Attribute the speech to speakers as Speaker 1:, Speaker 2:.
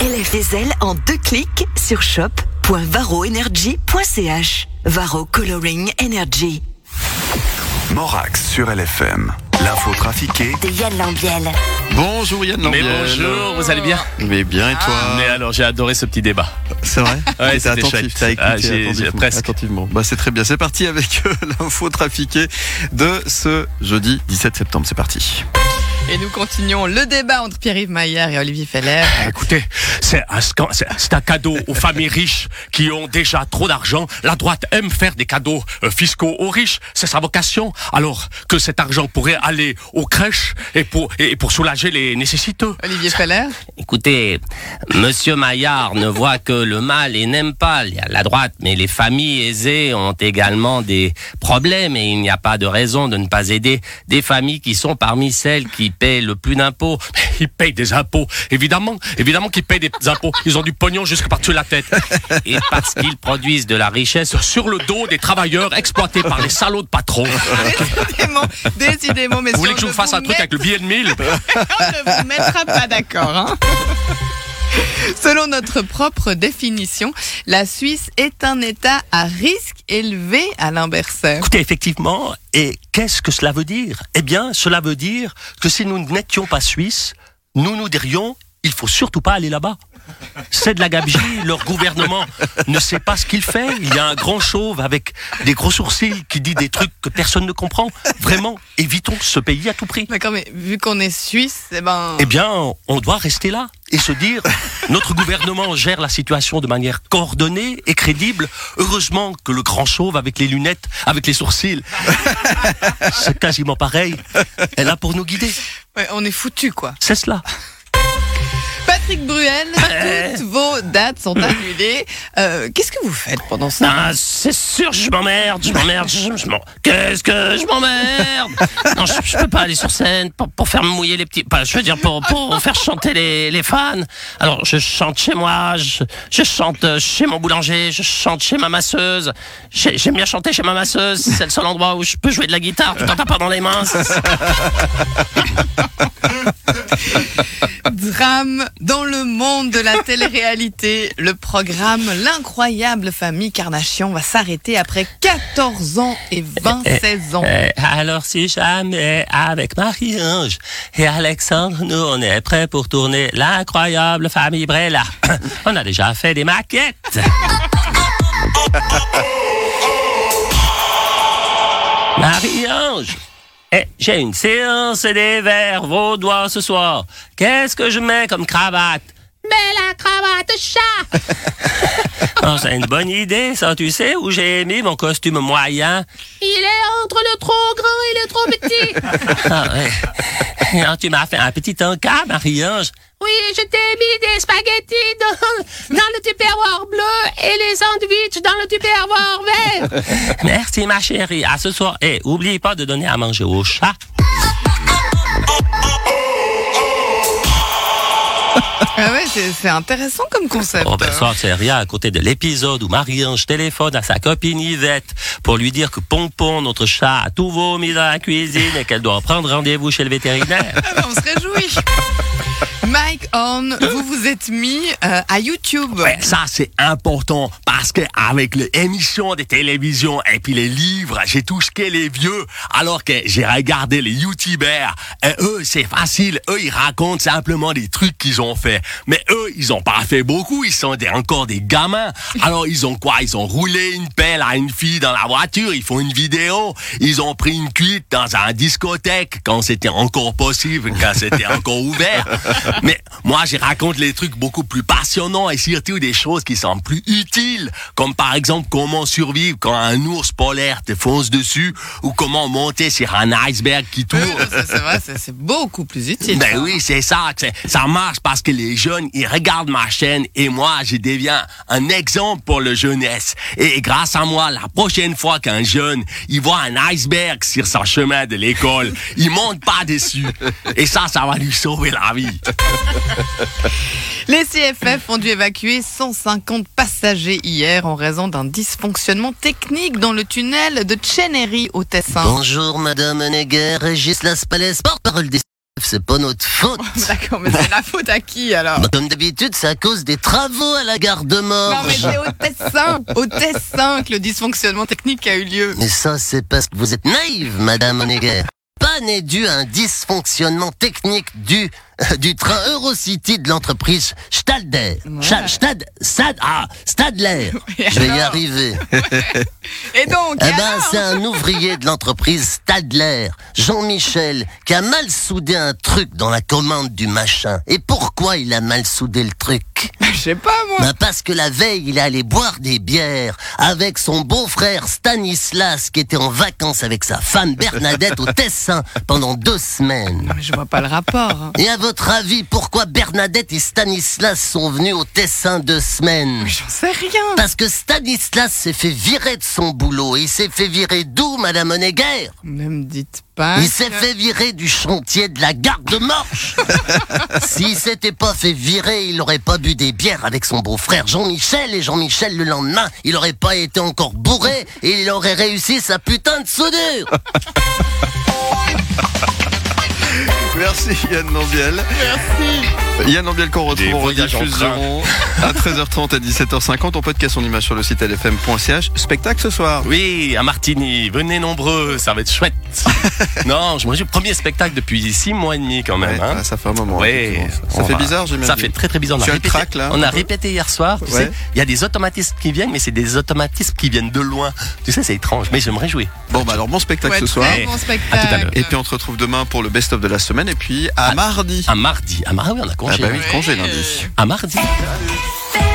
Speaker 1: LF Diesel en deux clics sur shop.varoenergy.ch. Varo Coloring Energy.
Speaker 2: Morax sur LFM. L'info trafiquée
Speaker 3: de Yann Lambiel.
Speaker 4: Bonjour Yann
Speaker 5: Mais
Speaker 4: Lambiel.
Speaker 5: bonjour, vous allez bien
Speaker 4: Mais bien et toi Ah,
Speaker 5: Mais alors, j'ai adoré ce petit débat.
Speaker 4: C'est vrai
Speaker 5: Ouais,
Speaker 4: Ah. T'as
Speaker 5: c'était
Speaker 4: attentif,
Speaker 5: chouette.
Speaker 4: t'as écouté
Speaker 5: Ah, j'ai-
Speaker 4: attentivement.
Speaker 5: j'ai- presque.
Speaker 4: attentivement. Bah, c'est très bien. C'est parti avec euh, l'info trafiquée de ce jeudi 17 septembre. C'est parti.
Speaker 6: Et nous continuons le débat entre Pierre-Yves Maillard et Olivier Feller.
Speaker 7: Écoutez, c'est un, scan- c'est- c'est un cadeau aux familles riches qui ont déjà trop d'argent. La droite aime faire des cadeaux euh, fiscaux aux riches, c'est sa vocation. Alors que cet argent pourrait aller aux crèches et pour, et pour soulager les nécessiteux.
Speaker 6: Olivier Feller
Speaker 8: Écoutez, Monsieur Maillard ne voit que le mal et n'aime pas la droite, mais les familles aisées ont également des problèmes et il n'y a pas de raison de ne pas aider des familles qui sont parmi celles qui paient le plus d'impôts.
Speaker 7: Ils payent des impôts, évidemment. Évidemment qu'ils payent des impôts. Ils ont du pognon jusque par-dessus la tête.
Speaker 8: Et parce qu'ils produisent de la richesse,
Speaker 7: Sur le dos des travailleurs exploités par les salauds de patrons.
Speaker 6: Décidément, décidément, mais
Speaker 7: Ah. Vous voulez que je vous fasse un truc avec le billet de mille
Speaker 6: On ne vous mettra pas d'accord. hein. Selon notre propre définition, la Suisse est un État à risque élevé, Alain Berset.
Speaker 9: Écoutez, effectivement, et qu'est-ce que cela veut dire Eh bien, cela veut dire que si nous n'étions pas suisses, nous nous dirions il faut surtout pas aller là-bas. C'est de la gabegie, leur gouvernement ne sait pas ce qu'il fait. Il y a un grand chauve avec des gros sourcils qui dit des trucs que personne ne comprend. Vraiment, évitons ce pays à tout prix.
Speaker 6: D'accord, mais vu qu'on est suisse, eh ben,
Speaker 9: Eh bien, on doit rester là et se dire, notre gouvernement gère la situation de manière coordonnée et crédible. Heureusement que le grand chauve avec les lunettes, avec les sourcils, c'est quasiment pareil, est là pour nous guider.
Speaker 6: ouais, on est foutu quoi.
Speaker 9: C'est cela.
Speaker 6: Patrick Bruel, toutes vos dates sont annulées. Euh, Qu'est-ce que vous faites pendant ça
Speaker 8: Ah, c'est sûr, je m'emmerde, je m'emmerde, je, je m'en- Qu'est-ce que je m'emmerde Non, je, je peux pas aller sur scène pour, pour faire mouiller les petits. Enfin, je veux dire, pour, pour faire chanter les, les fans. Alors, je chante chez moi, je, je chante euh, chez mon boulanger, je chante chez ma masseuse. J'ai- J'aime bien chanter chez ma masseuse, c'est le seul endroit où je peux jouer de la guitare tout en tapant dans les mains.
Speaker 6: Drame dans le monde de la télé-réalité. Le programme L'incroyable famille Carnation va s'arrêter après 14 ans et 26
Speaker 7: Eh,
Speaker 6: ans.
Speaker 9: Euh, alors si jamais avec Marie-Ange et Alexandre, nous on est prêts pour tourner l'incroyable famille Brella. on a déjà fait des maquettes. Marie-Ange, eh, j'ai une séance des verres vaudois ce soir. Qu'est-ce que je mets comme cravate Mets la cravate chat Oh, C'est une bonne idée, ça. Tu sais où j'ai mis mon costume moyen
Speaker 10: Il est entre le trop grand et le trop petit.
Speaker 9: Ah ouais. Alors, tu m'as fait un petit encas, Marie-Ange.
Speaker 10: Oui, je t'ai mis des spaghettis dans, dans le tupperware bleu et les sandwichs dans le tupperware vert.
Speaker 9: Merci, ma chérie. À ce soir. Et oublie pas de donner à manger au chat.
Speaker 6: Ah ouais, c'est c'est intéressant comme concept.
Speaker 9: Oh, ben,
Speaker 7: bah,
Speaker 9: ça, c'est rien à côté de l'épisode où Marie-Ange téléphone à sa copine Yvette pour lui dire que Pompon, notre chat, a tout vomi dans la cuisine et qu'elle doit prendre rendez-vous chez le vétérinaire.
Speaker 6: Ah bah, on se réjouit. Mike Horn, vous vous êtes mis euh, à YouTube.
Speaker 7: Ouais, Ben, ça c'est important parce que avec les émissions de télévision et puis les livres, j'ai touché les vieux alors que j'ai regardé les youtubeurs et eux c'est facile, eux ils racontent simplement des trucs qu'ils ont fait. Mais eux ils ont pas fait beaucoup, ils sont des- encore des gamins. Alors ils ont quoi Ils ont roulé une pelle à une fille dans la voiture, ils font une vidéo, ils ont pris une cuite dans un discothèque quand c'était encore possible, quand c'était encore ouvert. Mais moi, je raconte les trucs beaucoup plus passionnants et surtout des choses qui sont plus utiles, comme par exemple comment survivre quand un ours polaire te fonce dessus ou comment monter sur un iceberg qui
Speaker 6: Oui,
Speaker 7: tourne.
Speaker 6: non, ça, C'est vrai, ça, c'est beaucoup plus utile.
Speaker 7: Ben oui, c'est ça. que c'est- Ça marche parce que les jeunes, ils regardent ma chaîne et moi, je deviens un exemple pour le jeunesse. Et grâce à moi, la prochaine fois qu'un jeune, il voit un iceberg sur son chemin de l'école, il monte pas dessus. Et ça, ça va lui sauver la vie.
Speaker 6: Les CFF ont dû évacuer 150 passagers hier en raison d'un dysfonctionnement technique dans le tunnel de Chenery au Tessin.
Speaker 8: Bonjour, Madame Neger, Régis Laspalais, porte-parole des
Speaker 3: c'est pas notre faute.
Speaker 6: D'accord, mais c'est la faute à qui alors
Speaker 3: Bah, Comme d'habitude, c'est à cause des travaux à la gare de
Speaker 6: Non, mais
Speaker 3: Morges.
Speaker 6: c'est au Tessin, au Tessin que le dysfonctionnement technique a eu lieu.
Speaker 3: Mais ça, c'est parce que vous êtes naïve, Madame Honegger. Pas n'est dû à un dysfonctionnement technique du, du train Eurocity de l'entreprise Stadler. Sta- Stad, Stad, ah, Stadler.
Speaker 6: Et
Speaker 3: Je vais y
Speaker 6: alors
Speaker 3: arriver.
Speaker 6: Et donc,
Speaker 3: Eh
Speaker 6: et
Speaker 3: ben,
Speaker 6: alors
Speaker 3: c'est un ouvrier de l'entreprise Stadler, Jean-Michel, qui a mal soudé un truc dans la commande du machin. Et pourquoi il a mal soudé le truc
Speaker 6: Je sais pas moi.
Speaker 3: Bah, parce que la veille, il est allé boire des bières avec son beau-frère Stanislas qui était en vacances avec sa femme Bernadette au Tessin pendant deux semaines.
Speaker 6: Mais Je vois pas le rapport. hein.
Speaker 3: Et à votre avis, pourquoi Bernadette et Stanislas sont venus au Tessin deux semaines
Speaker 6: J'en sais rien.
Speaker 3: Parce que Stanislas s'est fait virer de son boulot. Il s'est fait virer d'où, Madame Honegger
Speaker 6: Ne me dites pas.
Speaker 3: il s'est
Speaker 6: que-
Speaker 3: fait virer du chantier de la gare de Morges. S'il s'était pas fait virer, il aurait pas bu des bières avec son beau-frère Jean-Michel. Et Jean-Michel, le lendemain, il aurait pas été encore bourré et il aurait réussi sa putain de soudure.
Speaker 4: Merci Yann Lambiel.
Speaker 6: Merci.
Speaker 4: Yann Lambiel qu'on retrouve
Speaker 11: Des
Speaker 4: en
Speaker 11: voyages en
Speaker 4: rediffusion à 13h30 à 17h50. On podcast son image sur le site lfm.ch. Spectacle ce soir.
Speaker 7: Oui, à Martigny, venez nombreux, ça va être chouette. non, je- moi j'ai le premier spectacle depuis six mois et demi quand même.
Speaker 4: Ouais,
Speaker 7: hein.
Speaker 4: ah, ça fait un moment.
Speaker 7: Ouais,
Speaker 4: effectivement. ça
Speaker 7: on
Speaker 4: fait
Speaker 7: va-
Speaker 4: bizarre, j'imagine.
Speaker 7: Ça fait très très bizarre. On a
Speaker 4: Tu as le
Speaker 7: répété-
Speaker 4: trac, là, un
Speaker 7: On a
Speaker 4: peu
Speaker 7: répété hier soir. Tu
Speaker 4: Ouais.
Speaker 7: sais, il y a des automatismes qui viennent, mais c'est des automatismes qui viennent de loin. Tu sais, c'est étrange, mais je me réjouis.
Speaker 4: Bon, bah alors bon spectacle
Speaker 6: Ouais,
Speaker 4: ce
Speaker 6: très
Speaker 4: soir.
Speaker 6: bon
Speaker 7: À tout à
Speaker 6: spectacle.
Speaker 7: l'heure.
Speaker 4: Et puis on se retrouve demain pour le best-of de la semaine. Et puis à mardi.
Speaker 7: Un mardi. Ah, mardi, on a
Speaker 4: Ah
Speaker 7: congé.
Speaker 4: bah oui, congé
Speaker 6: Ouais.
Speaker 4: lundi.
Speaker 7: À mardi.
Speaker 12: Salut.